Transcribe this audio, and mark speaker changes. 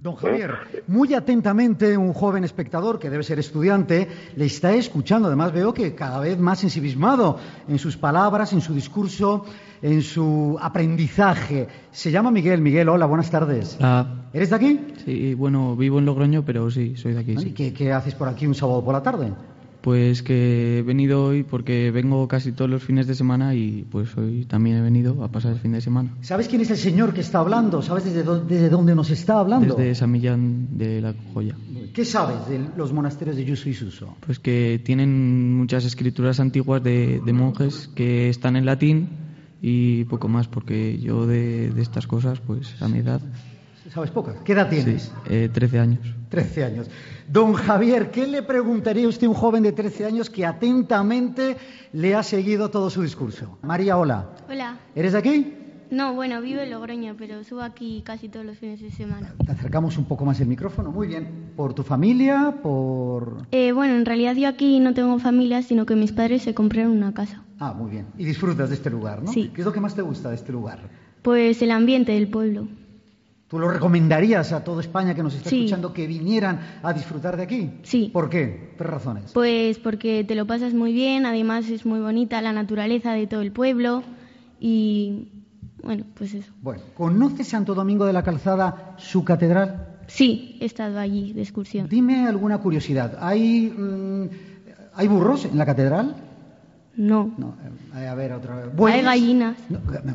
Speaker 1: Don Javier, muy atentamente un joven espectador que debe ser estudiante le está escuchando. Además veo que cada vez más ensimismado en sus palabras, en su discurso, en su aprendizaje. Se llama Miguel. Miguel, hola, buenas tardes.
Speaker 2: Ah,
Speaker 1: ¿Eres de aquí?
Speaker 2: sí, bueno, vivo en Logroño, pero sí, soy de aquí.
Speaker 1: ¿Y
Speaker 2: sí.
Speaker 1: qué, qué haces por aquí un sábado por la tarde?
Speaker 2: Pues que he venido hoy porque vengo casi todos los fines de semana y pues hoy también he venido a pasar el fin de semana.
Speaker 1: ¿Sabes quién es el señor que está hablando? ¿Sabes desde, dó- desde dónde nos está hablando?
Speaker 2: Desde San Millán de la Joya.
Speaker 1: ¿Qué sabes de los monasterios de Yusu y Suso?
Speaker 2: Pues que tienen muchas escrituras antiguas de, de monjes que están en latín y poco más, porque yo de, de estas cosas, pues a mi edad,
Speaker 1: ¿Sabes pocas? ¿Qué edad
Speaker 2: sí,
Speaker 1: tienes?
Speaker 2: eh, 13 años.
Speaker 1: 13 años. Don Javier, ¿qué le preguntaría usted a un joven de 13 años que atentamente le ha seguido todo su discurso? María, hola.
Speaker 3: Hola.
Speaker 1: ¿Eres de aquí?
Speaker 3: No, bueno, vivo en Logroño, pero subo aquí casi todos los fines de semana.
Speaker 1: Te acercamos un poco más el micrófono. Muy bien. ¿Por tu familia? ¿Por...?
Speaker 3: Eh, bueno, en realidad yo aquí no tengo familia, sino que mis padres se compraron una casa.
Speaker 1: Ah, muy bien. Y disfrutas de este lugar, ¿no?
Speaker 3: Sí.
Speaker 1: ¿Qué es lo que más te gusta de este lugar?
Speaker 3: Pues el ambiente del pueblo.
Speaker 1: ¿Tú lo recomendarías a toda España que nos está
Speaker 3: Sí.
Speaker 1: escuchando que vinieran a disfrutar de aquí?
Speaker 3: Sí.
Speaker 1: ¿Por qué? Tres razones.
Speaker 3: Pues porque te lo pasas muy bien, además es muy bonita la naturaleza de todo el pueblo y bueno, pues eso.
Speaker 1: Bueno, ¿conoces Santo Domingo de la Calzada, su catedral?
Speaker 3: Sí, he estado allí de excursión.
Speaker 1: Dime alguna curiosidad. ¿Hay, mm, ¿hay burros en la catedral?
Speaker 3: No.
Speaker 1: No, eh, a ver, otra vez.
Speaker 3: Hay gallinas.
Speaker 1: No,